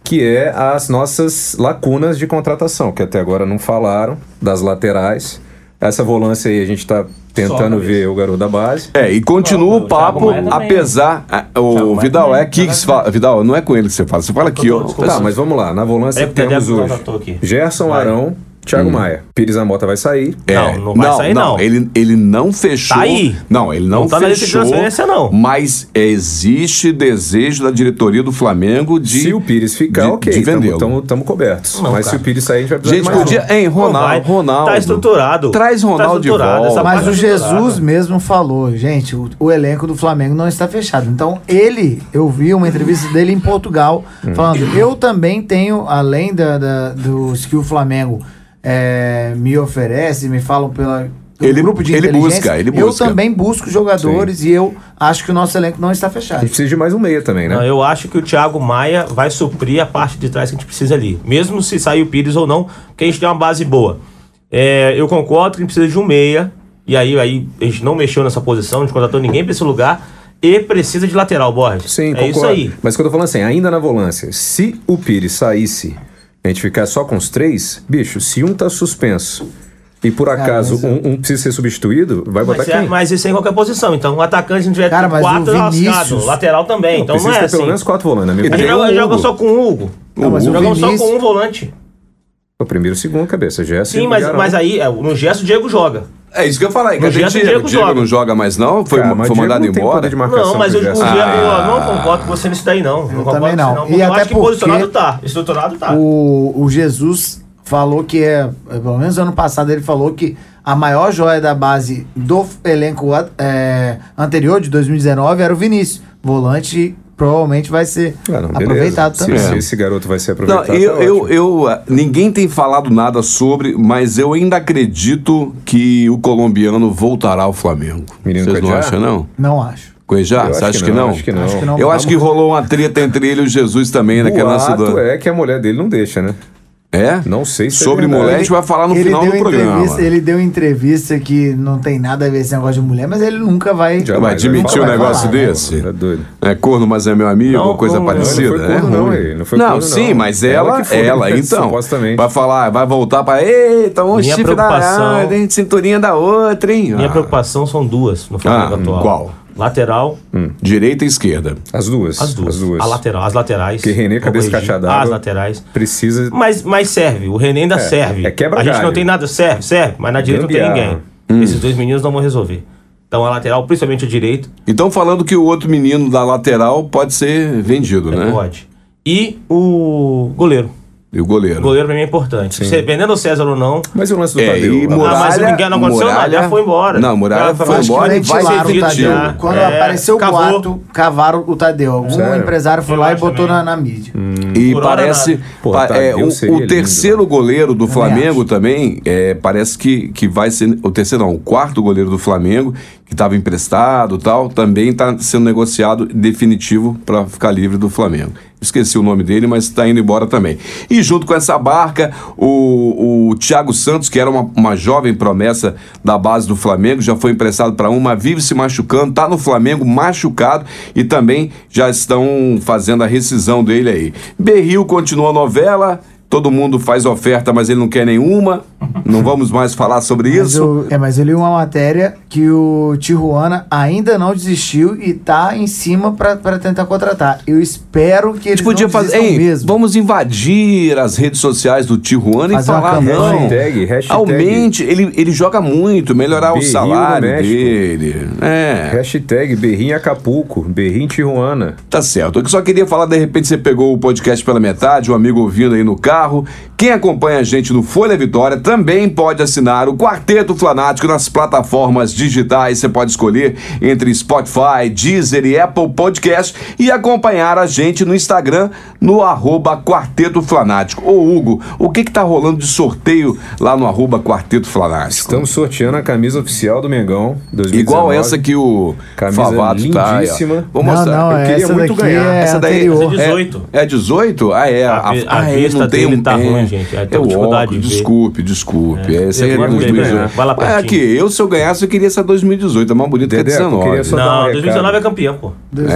B: que é as nossas lacunas de contratação, que até agora não falaram, das laterais. Essa volância aí a gente tá tentando
D: cabeça.
B: ver o garoto da base.
A: É, e continua
D: Não,
A: o
D: o
A: papo,
D: Thiago Maia também. né?
A: apesar. Ah,
D: Thiago
A: O
D: Maia
A: Vidal,
D: também. né?
A: é aqui que se fala. Vidal, não é com ele que você fala, você fala aqui,
D: tô-
A: ó.
D: desculpa.
B: Tá, mas Tá, vamos lá. Na volância
D: É, porque
B: temos
D: deve-
B: hoje
D: contratou aqui.
B: Gerson
D: Vai.
B: Arão,
A: Hum.
B: Thiago Maia. Pires Amota vai sair.
A: É
D: Não, não vai sair, não.
A: Ele, ele não fechou.
D: Tá aí.
A: Não, ele não,
D: Não tá na lista de
A: fechou.
D: transferência, não.
A: Mas existe desejo da diretoria do Flamengo de.
B: se o Pires ficar,
A: de,
B: ok.
A: De vendê-lo.
B: Estamos cobertos.
D: Não,
B: Mas se
D: cara.
B: o Pires sair, a gente vai precisar
A: Gente,
B: de mais
A: podia.
B: um.
A: Hein,
D: Não vai.
A: Ronaldo.
D: Tá
A: Ronaldo.
D: estruturado.
A: Traz
D: Tá
A: Ronaldo de
D: estruturado,
A: volta.
D: essa
C: Mas
D: Rapaz,
C: o
D: não
C: Jesus
D: dá,
C: mesmo falou, gente, o, o elenco do Flamengo não está fechado. Então, ele, eu vi uma entrevista dele em Portugal,
A: Hum.
C: falando: eu também tenho, além da, da- dos que o Flamengo eh, me oferece, me falam pela. pelo
A: Ele- ele
C: inteligência,
A: busca, ele
C: Eu
A: busca.
C: também busco jogadores e eu acho que o nosso elenco não está
B: A
C: fechado.
B: gente precisa de mais um meia também, né?
D: Não, eu acho que o Thiago Maia vai suprir a parte de trás que a gente precisa ali. Mesmo se sair o Pires ou não, porque a gente tem uma base boa. É, eu concordo que a gente precisa de um meia. E aí, aí a gente não mexeu nessa posição, não contratou ninguém pra esse lugar. E precisa de lateral, Borges.
B: Sim,
D: é
B: concordo.
D: isso aí.
B: Mas quando eu tô falando assim, ainda na volância, se o Pires saísse, a gente ficar só com os três, bicho, se um tá suspenso e por acaso
C: mas
B: um, um precisa ser substituído, vai botar
D: Mas, é,
B: quem?
D: mas isso é em qualquer posição. Então, o atacante, se não tiver
C: Cara, mas
D: quatro,
C: o
D: é lascado.
C: Vinícius-
D: Lateral também. então não
B: precisa
D: é
B: ter
D: assim.
B: pelo menos quatro volantes, amigo.
D: A gente
A: tem
D: joga,
A: o
D: joga
A: Hugo.
D: só com o Hugo.
C: Não, mas o
D: Jogamos só
C: Vinícius-
D: com um volante.
B: É O primeiro e o segundo, cabeça. Gerson
D: Sim,
B: e
D: mas,
B: Garão.
D: mas aí, é, no gesto, o Diego joga.
A: É isso que eu falei.
D: No
A: Cadê
D: Diego,
A: Diego? Diego,
D: Diego joga.
A: não joga mais, não? Foi,
B: Cara, mas
A: foi
B: o Diego
A: mandado
B: não tem
A: embora.
B: poder de marcação
D: Não, mas
B: pro
D: eu, o Diego,
B: Gerson.
D: eu não concordo com você nisso daí, não. não concordo
C: também
D: com
C: não.
D: você,
C: E
D: Porque
C: até
D: eu acho que
C: porque-
D: posicionado tá. Estruturado
A: Ah.
D: tá.
C: O, o Jesus falou que é, é, pelo menos ano passado ele falou que a maior joia da base do f- elenco a- é, anterior de 2019 era o Vinícius. Volante provavelmente vai ser
B: Ah, não, beleza.
C: aproveitado
B: Se-
C: também.
B: Se esse garoto vai ser
A: Não,
B: aproveitado.
A: eu,
B: tá
A: eu,
B: ótimo.
A: eu, ah, ninguém tem falado nada sobre, mas eu ainda acredito que o colombiano voltará ao Flamengo.
B: Menino
A: Vocês não
B: Cuejá?
A: acham, não?
C: Não acho.
A: Coejar,
D: Ah,
B: Eu
A: você acha que não?
B: Acho que não. tá
C: Acho que não.
A: Eu acho que rolou uma treta entre ele e o Jesus também naquela
B: O
A: lance
B: ato
A: do...
B: é que a mulher dele não deixa, né?
A: É?
B: Não sei se é
A: Sobre
B: verdade.
A: mulher, a gente vai falar Tá no final do programa.
C: entrevista- ele deu entrevista que não tem nada a ver esse negócio de mulher, mas ele nunca vai.
A: vai
B: Jamais,
A: admitir
B: ele
A: um
B: vai
A: negócio
B: falar, né?
A: desse?
B: É doido.
A: É corno, mas é meu amigo,
D: Não,
A: ou coisa
D: não,
A: parecida.
B: não, não foi corno,
A: é
B: não,
A: ruim.
B: ele não foi corno,
A: sim,
B: não.
A: mas
B: Ela
A: ela,
B: que foi,
A: ela,
B: né,
A: então.
B: supostamente.
A: Vai falar, vai voltar pra. Eita, um
D: Minha
A: chifre da
D: preocupação-
A: área, hein, cinturinha da outra, hein?
D: Minha
A: Ah,
D: preocupação são duas no Flamengo
A: Ah,
D: atual.
A: qual?
D: Lateral,
A: Direita e esquerda.
B: As duas.
D: as duas.
B: As duas.
D: A lateral, as laterais.
B: Que René,
D: Vou
B: cabeça
D: corrigir.
B: caixa d'água.
D: As laterais.
B: Precisa.
D: Mas, mas serve, o René ainda serve.
B: é quebra
D: A gente
B: galho.
D: não tem nada, serve, serve, mas na direita não tem
B: Gambiarra. Hum.
D: ninguém. Esses dois meninos não vão resolver. Então a lateral, principalmente a direita,
A: Então, falando que o outro menino da lateral pode ser vendido,
B: É.
A: né?
D: É, pode. E o goleiro.
A: E o goleiro.
D: O goleiro tá pra mim é importante. Se dependendo do César ou não,
B: Mas e o lance do
A: É,
B: Tadeu?
A: e
B: Ah,
A: Muralha,
D: mas ninguém- não aconteceu nada, já foi embora.
A: Não, Muralha
D: Já foi
A: foi
D: embora.
A: embora e
C: Acho que
A: vai ser
C: ventilaram o
A: vendido.
C: Tadeu. Quando
D: É,
C: apareceu o
D: cavou.
C: boato, cavaram o Tadeu. Algum
B: Sério?
C: empresário foi
D: Eu
C: lá e
D: acho
C: botou
D: também.
C: na, na mídia.
A: E
D: Por hora
A: parece.
D: nada.
B: Pô,
A: pa-
B: Tadeu
A: é, o,
B: seria
A: o
B: lindo, né?
A: terceiro goleiro do Flamengo
C: acho.
A: também, é, parece que, que vai ser. O terceiro não, o quarto goleiro do Flamengo, que estava emprestado e tal, também está sendo negociado definitivo para ficar livre do Flamengo. Esqueci o nome dele, mas está indo embora também. E junto com essa barca, o, o Thiago Santos, que era uma, uma jovem promessa da base do Flamengo, já foi emprestado para uma, vive se machucando, está no Flamengo machucado e também já estão fazendo a rescisão dele aí. Berril continua a novela, todo mundo faz oferta, mas ele não quer nenhuma. Não vamos mais falar sobre
C: Mas
A: isso.
C: eu- é, mas eu li uma matéria que o Tijuana ainda não desistiu e tá em cima pra, pra tentar contratar. Eu espero que
A: A gente
C: eles
A: Tipo, podia
C: não
A: fazer.
C: desistam
A: Ei,
C: mesmo.
A: Vamos invadir as redes sociais do Tijuana
C: Fazer
A: e
C: uma
A: falar,
C: campanha.
A: não.
B: Hashtag, hashtag.
A: Aumente, ele, ele joga muito, melhorar
B: Berril
A: o
B: no
A: salário
B: México.
A: dele. É.
B: Hashtag Berrim em Acapulco, Berrim em Tijuana.
A: Tá certo. Eu só queria falar, de repente você pegou o podcast pela metade, um amigo ouvindo aí no carro. Quem acompanha a gente no Folha Vitória também pode assinar o Quarteto Flanático nas plataformas digitais. Você pode escolher entre Spotify, Deezer e Apple Podcast e acompanhar a gente no Instagram no arroba Quarteto Flanático. Ô Hugo, o que que tá rolando de sorteio lá no arroba Quarteto Flanático?
B: Estamos sorteando a camisa oficial do Mengão 2019.
A: Igual essa que o
B: Camisa
A: Favato tá. aí, ó.
B: lindíssima.
A: Vou
C: Não,
A: mostrar.
C: não,
A: Eu
C: é
A: queria
C: essa
A: muito
C: daqui
A: ganhar.
C: é
A: essa daí
C: anterior.
D: Essa é 18.
A: É, 18? Ah, é.
D: A ve- a
A: é,
D: vista
A: não tem
D: dele
A: um-
D: tá ruim, gente. É,
A: É
D: tem
A: o
D: dificuldade
A: óculos,
D: de ver.
A: desculpe, desculpe. É, essa aí é
D: Eu gosto dele,
A: 2018.
D: né? Vai lá
A: Mas
D: pertinho.
A: aqui, É, eu se eu ganhasse, eu queria essa 2018. É mais bonita que a
B: Dedé, eu queria
A: 19.
B: só- dar um
D: Não,
B: recado.
D: 2019 é campeão, pô.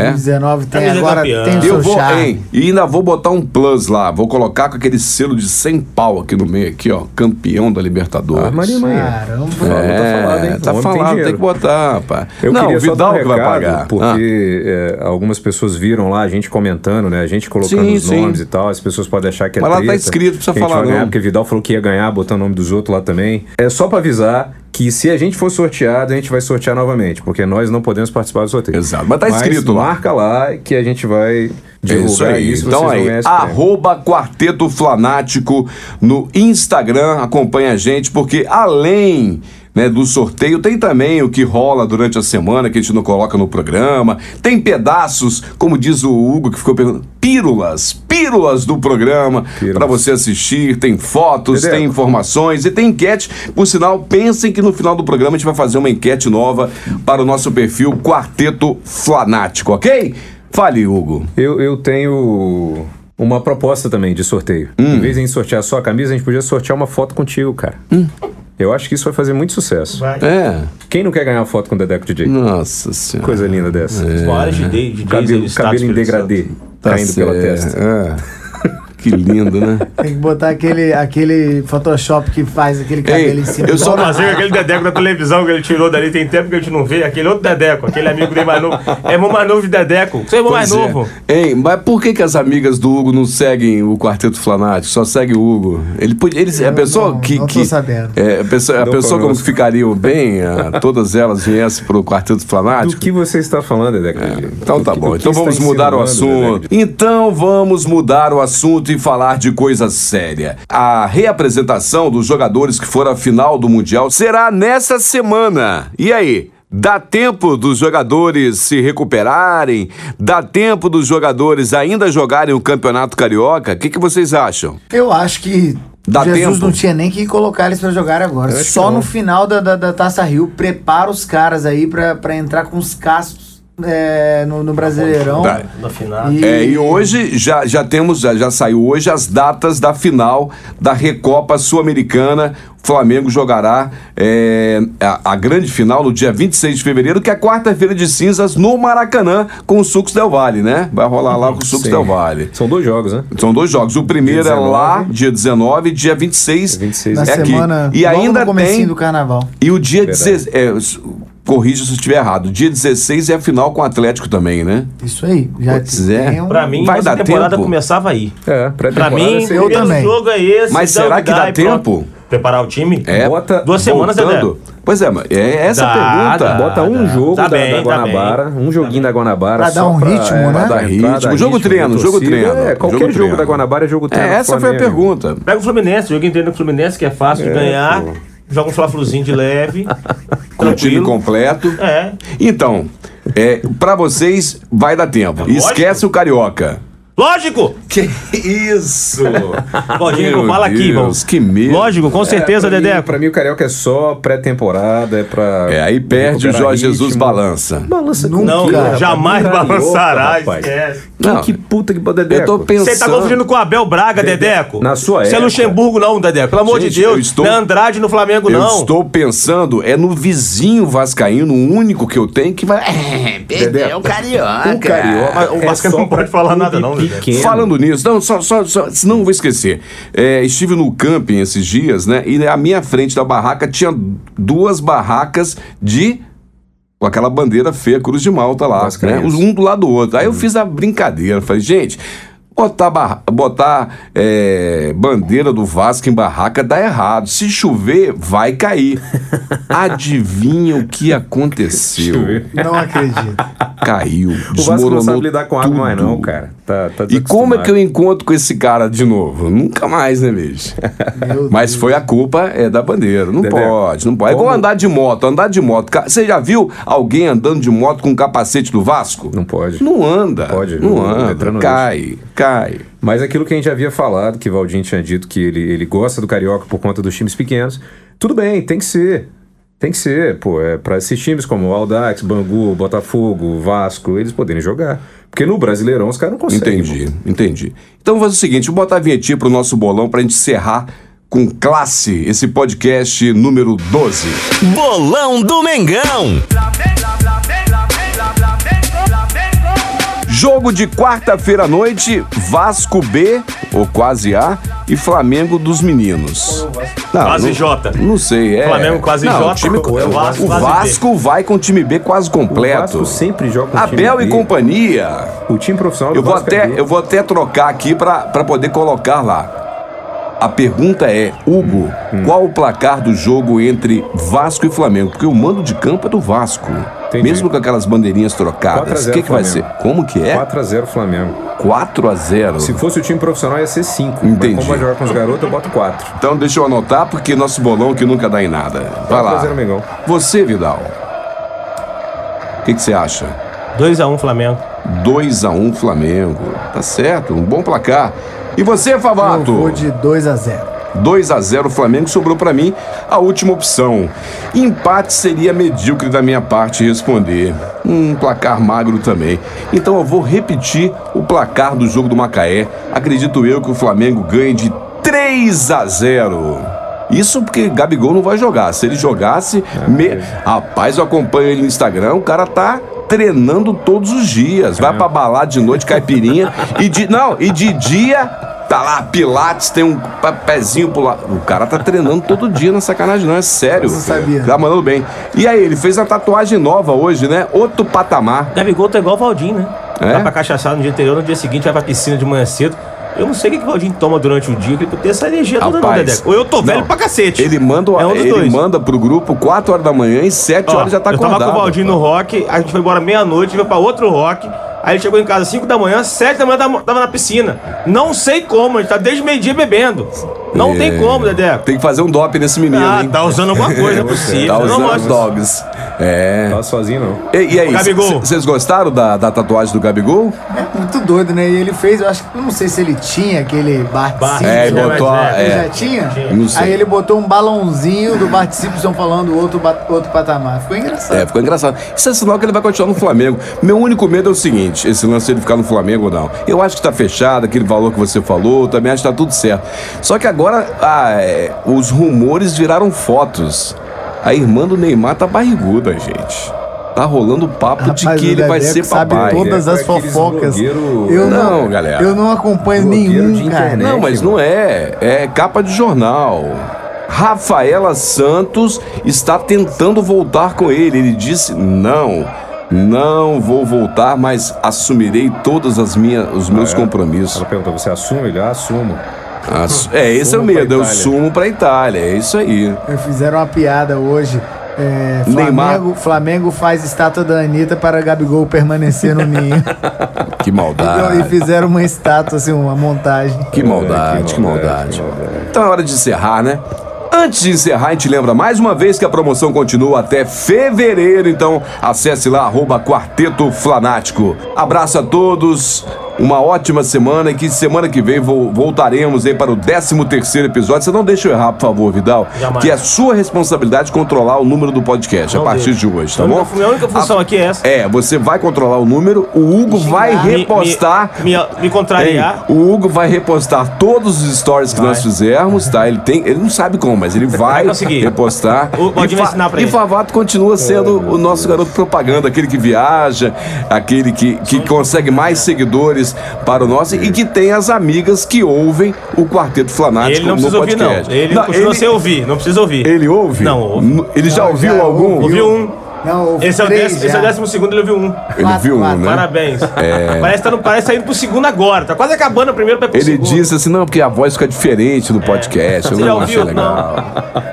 C: 2019 tem
D: Camisa
C: agora
D: campeã.
C: tem o
A: Eu
C: seu
A: vou,
C: charme.
A: hein, e ainda vou botar um plus lá. Vou colocar com aquele selo de 100 pau aqui no meio, aqui, ó. Campeão da Libertadores.
B: Ah, Maria Mãe.
C: Caramba.
B: Falou, tá falado,
A: É,
B: hein?
A: tá
B: O homem tem
A: falado, tem,
B: dinheiro.
A: que botar, rapaz.
B: Eu
A: não,
B: queria
A: o
B: só dar
A: Vidal
B: um
A: que vai
B: recado,
A: pagar. Ah.
B: Porque é, algumas pessoas viram lá a gente comentando, né? A gente colocando
A: Sim,
B: os
A: sim.
B: nomes e tal. As pessoas podem achar que é
A: Mas lá tá
B: treta,
A: escrito, não precisa
B: que a gente
A: falar
B: vai ganhar,
A: não.
B: Porque Vidal falou que ia ganhar, botando o nome nome dos outros lá também. É só pra avisar que se a gente for sorteado, a gente vai sortear novamente, porque nós não podemos participar do sorteio.
A: Exato, mas tá escrito lá.
B: Marca lá que a gente vai divulgar isso.
A: Então
B: vocês vão
A: aí,
B: ganhar esse prêmio.
A: arroba Quarteto Flanático no Instagram, acompanha a gente, porque além. né, do sorteio, tem também o que rola durante a semana que a gente não coloca no programa. Tem pedaços, como diz o Hugo que ficou perguntando, pílulas, pílulas do programa
B: Pílulas.
A: para você assistir. Tem fotos,
B: Entendeu?
A: tem informações e tem enquete. Por sinal, pensem que no final do programa a gente vai fazer uma enquete nova para o nosso perfil Quarteto Flanático, ok? Fale, Hugo.
B: Eu, eu tenho uma proposta também de sorteio.
A: Hum.
B: Em vez de a gente sortear só a camisa, a gente podia sortear uma foto contigo, cara.
A: Hum.
B: Eu acho que isso vai fazer muito sucesso.
D: Vai.
A: É.
B: Quem não quer ganhar uma foto com o Dedeco DJ?
A: Hum. Nossa senhora.
B: Coisa linda dessa.
D: Vários de de- de
B: É. Cabelo,
D: de-
B: cabelo em
D: Espírito Santo.
B: degradê,
A: É. Tá
B: caindo pela
A: certo,
B: testa.
A: é. Que lindo, né?
C: Tem que botar aquele, aquele Photoshop que faz aquele cabelo em cima.
A: eu só-
D: Só fazer Tá aquele Dedeco da televisão que ele tirou dali, tem tempo que a gente não vê, aquele outro Dedeco, aquele amigo dele mais novo. É irmão mais novo de Dedeco. Você é irmão mais
A: Pois é.
D: novo.
A: Ei, mas por que, que as amigas do Hugo não seguem o Quarteto Flanático? Só segue o Hugo. Ele podia. Ele, a
C: Eu
A: pessoa
C: não-
A: que.
C: não tô
A: que-
C: sabendo.
A: É, a pessoa, a
B: Não
A: pessoa como
B: conosco.
A: ficariam bem, ah, todas elas viessem pro Quarteto
B: Do
A: Flanático?
B: que você está falando, Dedeco DJ?
A: Então
B: Do
A: tá
B: que-
A: bom.
B: do que
A: Então
B: está
A: vamos mudar o
B: insinuando,
A: assunto.
B: Dedeco DJ?
A: Então vamos mudar o assunto e falar de coisa séria. A reapresentação dos jogadores que foram à final do Mundial será nessa semana. E aí? Dá tempo dos jogadores se recuperarem? Dá tempo dos jogadores ainda jogarem o Campeonato Carioca? O que, que vocês acham?
C: Eu acho que
A: Dá
C: Jesus
A: tempo?
C: não tinha nem que colocar eles pra jogar agora.
B: acho que
C: Só
B: não.
C: no final da, da, da Taça Rio, prepara os caras aí pra, pra entrar com os cascos é, no, no Brasileirão.
A: Tá.
D: No final.
C: E-
A: É, e hoje já, já temos, já, já saiu hoje as datas da final da Recopa Sul-Americana. O Flamengo jogará é, a, a grande final no dia 26 de fevereiro, que é quarta-feira de cinzas, no Maracanã, com o Sucos Del Vale, né? Vai rolar lá com o Sucos
B: Sim.
A: Del Vale.
B: São dois jogos, né?
A: São dois jogos. O primeiro é
B: 19.
A: lá, dia 19, dia 26,
B: 26
A: é
C: Na
A: aqui.
C: semana,
A: E
C: logo
A: ainda
C: no comecinho
A: tem
C: do carnaval.
A: e o dia
B: Verdade.
A: 16, é, s- corrija se eu estiver errado. Dia 16 é a final com o Atlético também, né?
C: Isso aí. Já
A: Pois é.
C: tem um-
D: Pra mim,
A: Vai
D: essa
A: dar
D: temporada
A: tempo?
D: começava aí.
B: É, pré-temporada
D: Pra mim,
B: seria-
C: eu
D: primeiro
C: também.
D: jogo é esse.
A: Mas
D: dá o
A: será que dá
D: e pronto.
A: tempo?
D: Preparar o time?
A: É,
B: Bota-
D: Duas semanas,
A: voltando.
D: Dedé.
A: Pois é, mas é essa
D: Dá,
A: a pergunta.
D: dá.
B: Bota um
D: Ah,
B: jogo
D: tá
B: da,
D: bem,
B: da
D: tá
B: Guanabara, um joguinho da Guanabara.
C: Pra
B: só
C: dar um
B: pra-
C: ritmo,
B: é,
C: né?
B: pra
A: Dar
B: entrada,
A: ritmo. Jogo
B: de
A: treino, jogo
B: torcida.
A: treino.
B: É, qualquer
A: Jogo
B: jogo,
A: treino.
B: da Guanabara é jogo
A: É,
B: treino. do
A: essa foi a
B: Flamengo.
A: pergunta.
D: Pega o Fluminense, o jogo inteiro no Fluminense, que é fácil de ganhar. Joga um Fla-Fluzinho de leve.
A: Com o time
D: tranquilo.
A: completo.
D: É.
A: Então, é, para vocês vai dar tempo.
D: É lógico.
A: Esquece o carioca.
D: Lógico!
A: Que isso?
D: Lógico, fala aqui, irmão.
A: Deus, que medo. É,
D: Lógico, com certeza,
B: pra mim-
D: Dedeco.
B: Pra mim, o Carioca é só pré-temporada, é pra.
A: É, aí perde o
B: recuperar
A: Jorge Jesus
B: ritmo.
A: balança.
B: Balança com
C: Não,
B: o quê,
C: cara,
B: rapaz?
D: jamais
B: Carioca,
A: tá
D: balançará,
B: rapaz.
D: esquece.
B: Que,
A: Não.
B: que puta que Dedeco.
A: Eu tô pensando.
D: Você tá confundindo com o Abel Braga, Dedeco?
B: na sua
D: Você é
B: época.
D: Luxemburgo, não, Dedeco. Pelo amor
A: Gente,
D: de
A: eu
D: Deus.
A: estou-
D: Não é Andrade no Flamengo,
A: Eu
D: não.
A: estou pensando, é no vizinho vascaíno, o único que eu tenho que vai. É,
B: Dedeco.
E: o carioca.
B: O Carioca.
D: O Vasco
B: é só
D: não pode
B: pra
D: falar
B: clube
D: nada, não, Dedeco.
B: pequeno.
A: Falando nisso, não, só, só, só senão eu vou esquecer. É, estive no camping esses dias, né? E à minha frente da barraca tinha duas barracas de. Com aquela bandeira feia, Cruz de Malta lá, né?
B: Vascaínos.
A: Um do lado do outro.
B: Uhum.
A: Aí eu fiz a brincadeira, falei, gente. Botar, barra- botar é, bandeira do Vasco em barraca dá errado. Se chover, vai cair. Adivinha o que aconteceu?
C: Não acredito.
A: Caiu.
B: O Vasco não sabe
A: desmoronou
B: lidar com água mais,
A: tudo.
B: não, cara. Tá, tá
A: E como é que eu
B: desacostumado.
A: encontro com esse cara de novo? Nunca mais, né, bicho?
C: Meu
A: Mas foi a culpa é da bandeira. Não
B: Dedeco,
A: pode, não pode. É igual
B: como-
A: andar de moto, andar de moto. Ca- Você já viu alguém andando de moto com um capacete do Vasco?
B: Não pode.
A: Não anda.
B: Pode,
A: não
B: não-
A: anda.
B: entra no
A: Cai, cai.
B: Mas aquilo que a gente havia falado, que o Valdinho tinha dito que ele, ele gosta do Carioca por conta dos times pequenos, tudo bem, tem que ser. Tem que ser, pô, é pra esses times como o Aldax, Bangu, Botafogo, Vasco, eles poderem jogar. Porque no Brasileirão os caras não conseguem.
A: Entendi, entendi. Então vamos fazer o seguinte, vou botar a vinhetinha pro nosso bolão pra gente encerrar com classe esse podcast número 12.
F: Bolão do Mengão.
A: Jogo de quarta-feira à noite, Vasco B, ou quase A, e Flamengo dos Meninos. Não,
D: Quase
A: não-
D: J.
A: Não sei, é.
D: Flamengo quase
A: não,
D: J,
A: O, time-
D: o
A: o Vasco,
D: Vasco quase B.
A: vai com o time B quase
B: pô. O
A: completo.
B: Vasco sempre joga com o time
A: Abel e
B: B.
A: companhia.
B: O time profissional do
A: Eu vou,
B: Vasco é
A: até,
B: B.
A: eu vou até trocar aqui pra pra poder colocar lá. A pergunta é, Hugo,
B: Hum.
A: qual o placar do jogo entre Vasco e Flamengo? Porque o mando de campo é do Vasco.
B: Entendi.
A: Mesmo com aquelas bandeirinhas trocadas,
B: 4x0
A: o que, que vai ser?
B: Flamengo.
A: Como que é?
B: 4x0 Flamengo.
A: 4 a 0
B: Se fosse o time profissional, ia ser 5.
A: Uhum. Entendi.
B: Mas como vai jogar com os garotos, eu boto 4.
A: Então deixa eu anotar, porque nosso bolão que nunca dá em nada. Vai lá.
B: 4x0 Mengão.
A: Você, Vidal. O que que você acha?
D: 2x1 Flamengo.
A: 2 a 1 Flamengo. Tá certo, um bom placar. E você,
C: Eu
A: Favato?
C: vou de 2 a 0
A: 2 a 0 Flamengo sobrou pra mim a última opção. Empate seria medíocre da minha parte responder. Um placar magro também. Então eu vou repetir o placar do jogo do Macaé. Acredito eu que o Flamengo ganhe de 3 a 0. Isso porque Gabigol não vai jogar. Se ele jogasse,
D: É,
A: me... rapaz, eu acompanho ele no Instagram, o cara tá treinando todos os dias.
D: É.
A: Vai pra balada de noite, caipirinha e de não, e de dia Tá lá, Pilates, tem um pa- pezinho pro lado. O cara tá treinando todo dia, não é sacanagem, não, é sério.
C: Não sabia.
A: Tá mandando bem. E aí, ele fez uma tatuagem nova hoje, né? Outro patamar.
D: Gabigol tá igual o Valdir, né?
A: É?
D: Vai pra cachaçada no dia anterior, no dia seguinte vai pra piscina de manhã cedo. Eu não sei o que, que o Valdir toma durante o dia, que ele tem essa energia toda não,
A: Rapaz,
D: Dedeco. Ou eu tô velho
A: não.
D: pra cacete.
A: Ele manda,
D: É um dos
A: ele
D: dois.
A: manda pro grupo 4 horas da manhã e 7
D: Ó,
A: horas já tá
D: eu
A: acordado.
D: tava com o Valdir no rock, a gente foi embora meia-noite, veio pra outro rock. Aí ele chegou em casa às 5 da manhã, 7 da manhã tava, tava na piscina. Não sei como, a gente tá desde meio-dia bebendo. Não
A: É.
D: tem como, Dedeco.
A: Tem que fazer um dop nesse menino,
D: Ah,
A: hein?
D: tá usando alguma coisa, não é possível.
A: Tá
D: eu não
A: usando os
D: gosto.
A: dogs. É.
B: Tá sozinho, não.
A: E, e aí,
D: Ô, Gabigol.
A: vocês gostaram da, da tatuagem do Gabigol?
C: É muito doido, né? E ele fez, eu acho que eu não sei se ele tinha aquele Bart
D: Bart-
C: Simpson.
A: É, ele
D: mas
A: botou. a-
D: é,
C: Ele
A: é.
C: já tinha?
A: Não sei.
C: Aí ele botou um balãozinho do Bart Simpson falando outro, ba- outro patamar. Ficou engraçado.
A: É, ficou engraçado. Isso é sinal que ele vai continuar no Flamengo. Meu único medo é o seguinte: esse lance de ele ficar no Flamengo ou não. Eu acho que tá fechado, aquele valor que você falou, também acho que tá tudo certo. Só que agora ah, é, os rumores viraram fotos. A irmã do Neymar tá barriguda, gente. Tá rolando o papo
C: Rapaz,
A: de
C: o
A: que ele vai
C: Dedeco
A: ser
C: sabe
A: papai.
C: todas
B: né?
C: as
B: Com aqueles
C: fofocas.
B: blogueiro-
C: Eu não,
A: Não, galera.
C: Eu não acompanho
B: Blogueiro
C: nenhum,
B: de
C: cara.
B: internet.
A: Não, mas não é. É capa de jornal. Rafaela Santos está tentando voltar com ele. Ele disse: não, não vou voltar, mas assumirei todos as minha, os meus compromissos.
B: Ela perguntou, você assume? Ele, ah, assumo.
A: As- é, esse é o
B: Sumo pra
A: medo. Eu
B: Itália.
A: sumo para Itália. É isso aí.
C: Fizeram uma piada hoje. É, Flamengo,
A: Neymar.
C: Flamengo faz estátua da Anitta para Gabigol permanecer no ninho.
A: Que
C: E
A: maldade.
C: fizeram uma estátua, assim, uma montagem.
A: Que maldade, que maldade. Então é hora de encerrar, né? Antes de encerrar, a gente lembra mais uma vez que a promoção continua até fevereiro, então acesse lá, arroba Quarteto Flanático. Abraço a todos, uma ótima semana e que semana que vem vol- voltaremos aí para o 13 terceiro episódio. Você não deixa eu errar, por favor, Vidal,
D: Jamais.
A: que é sua responsabilidade controlar o número do podcast a
D: Não
A: partir
D: deixo.
A: de hoje, tá
D: A
A: bom?
D: única- Minha única função
A: A-
D: aqui é essa. Ah,
A: É, você vai controlar o número, o Hugo vai
D: Me-
A: repostar...
D: Me, me, me contrariar.
A: Ei, o Hugo vai repostar todos os stories que
D: Vai.
A: nós fizermos, tá? Ele tem, ele não sabe como, mas ele vai,
D: conseguir.
A: repostar.
D: O- pode
A: e
D: me ensinar pra
A: e
D: ele.
A: Favato
C: É,
A: continua sendo o nosso garoto propaganda, aquele que viaja, aquele que,
D: um
A: que consegue mais seguidores para o nosso
D: É.
A: e que tem as amigas que ouvem o Quarteto Flanático
D: Ele não
A: no
D: precisa ouvir, não.
A: Ah, podcast.
D: Ele continua sem ouvir, não precisa ouvir.
A: Ele ouve?
D: Não, ouve.
A: Ele já
C: Não,
A: ouviu
C: já
A: algum?
C: ouvi.
D: Ouviu um.
C: Não, o
D: Esse é, o
C: três
D: décimo, esse
C: já.
D: é o décimo segundo, ele ouviu um.
A: Ele
C: Quatro,
A: viu um,
C: quatro.
A: né? É.
D: Parabéns. Parece que tá, no, parece tá indo pro segundo agora. Tá quase acabando o primeiro pra ir pro
A: Ele
D: segundo.
A: disse assim, não, porque a voz fica diferente no podcast. Eu
D: Você já
A: não achei
D: ouviu?
A: legal.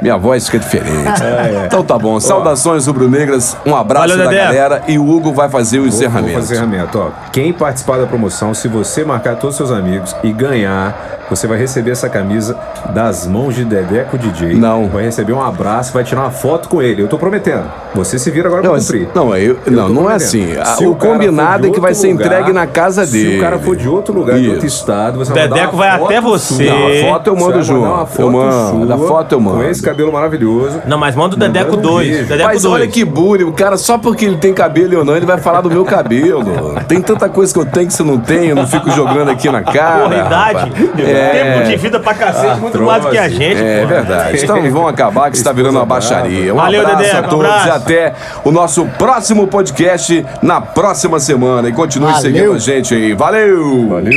A: Minha voz fica diferente.
B: É,
A: Então tá bom. Saudações rubro-negras, um abraço
D: Valeu,
A: da
D: Dedé.
A: galera e o Hugo vai fazer o
B: Vou-
A: encerramento.
B: Vou fazer encerramento. Ó, quem participar da promoção, se você marcar todos os seus amigos e ganhar, você vai receber essa camisa das mãos de Dedeco DJ.
A: Não.
B: Vai receber um abraço, vai tirar uma foto com ele. Eu tô prometendo. Você se vira agora
A: Não,
B: pra
A: mas-
B: cumprir.
A: não, eu-
B: Eu
A: não,
B: tô
A: não é
B: prometendo.
A: assim. A-
B: Se
A: o
B: cara for de
A: combinado é que vai
B: outro
A: ser entregue
B: lugar,
A: na casa
B: Se
A: dele.
B: o cara for de outro lugar, de outro
A: Isso.
B: estado, você vai mandar
D: Dedeco
B: uma
D: vai
B: foto
D: até você.
B: sua.
A: Não, a foto eu
B: Você
A: mando
B: vai mandar
A: junto.
B: uma
A: Eu
B: sua
A: mando. A foto eu
B: Com
A: mando.
B: esse cabelo maravilhoso.
D: Não, mas manda o
B: Mandando
D: Dedeco
B: um
D: 2.
B: beijo.
D: Dedeco
A: Mas olha
D: 2.
A: que bullying, o cara só porque ele tem cabelo ou não, ele vai falar do meu cabelo. Tem tanta coisa que eu tenho que você não tem, eu não fico jogando aqui na cara.
D: Porra, idade.
A: rapaz. É. Ah,
D: Tempo de vida pra cacete, muito
B: Artrose.
D: mais do que a gente.
A: É
D: porra.
A: verdade. Então vão acabar que está virando uma baixaria. Um
D: Valeu,
A: abraço
D: Dedé,
A: a
D: um
A: todos
D: abraço.
A: e até o nosso próximo podcast na próxima semana. E continue
C: Valeu.
A: seguindo a gente aí. Valeu!
B: Valeu.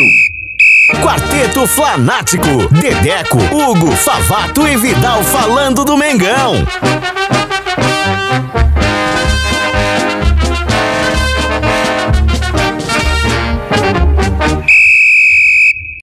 F: Quarteto Flanático, Dedeco, Hugo, Favato e Vidal falando do Mengão.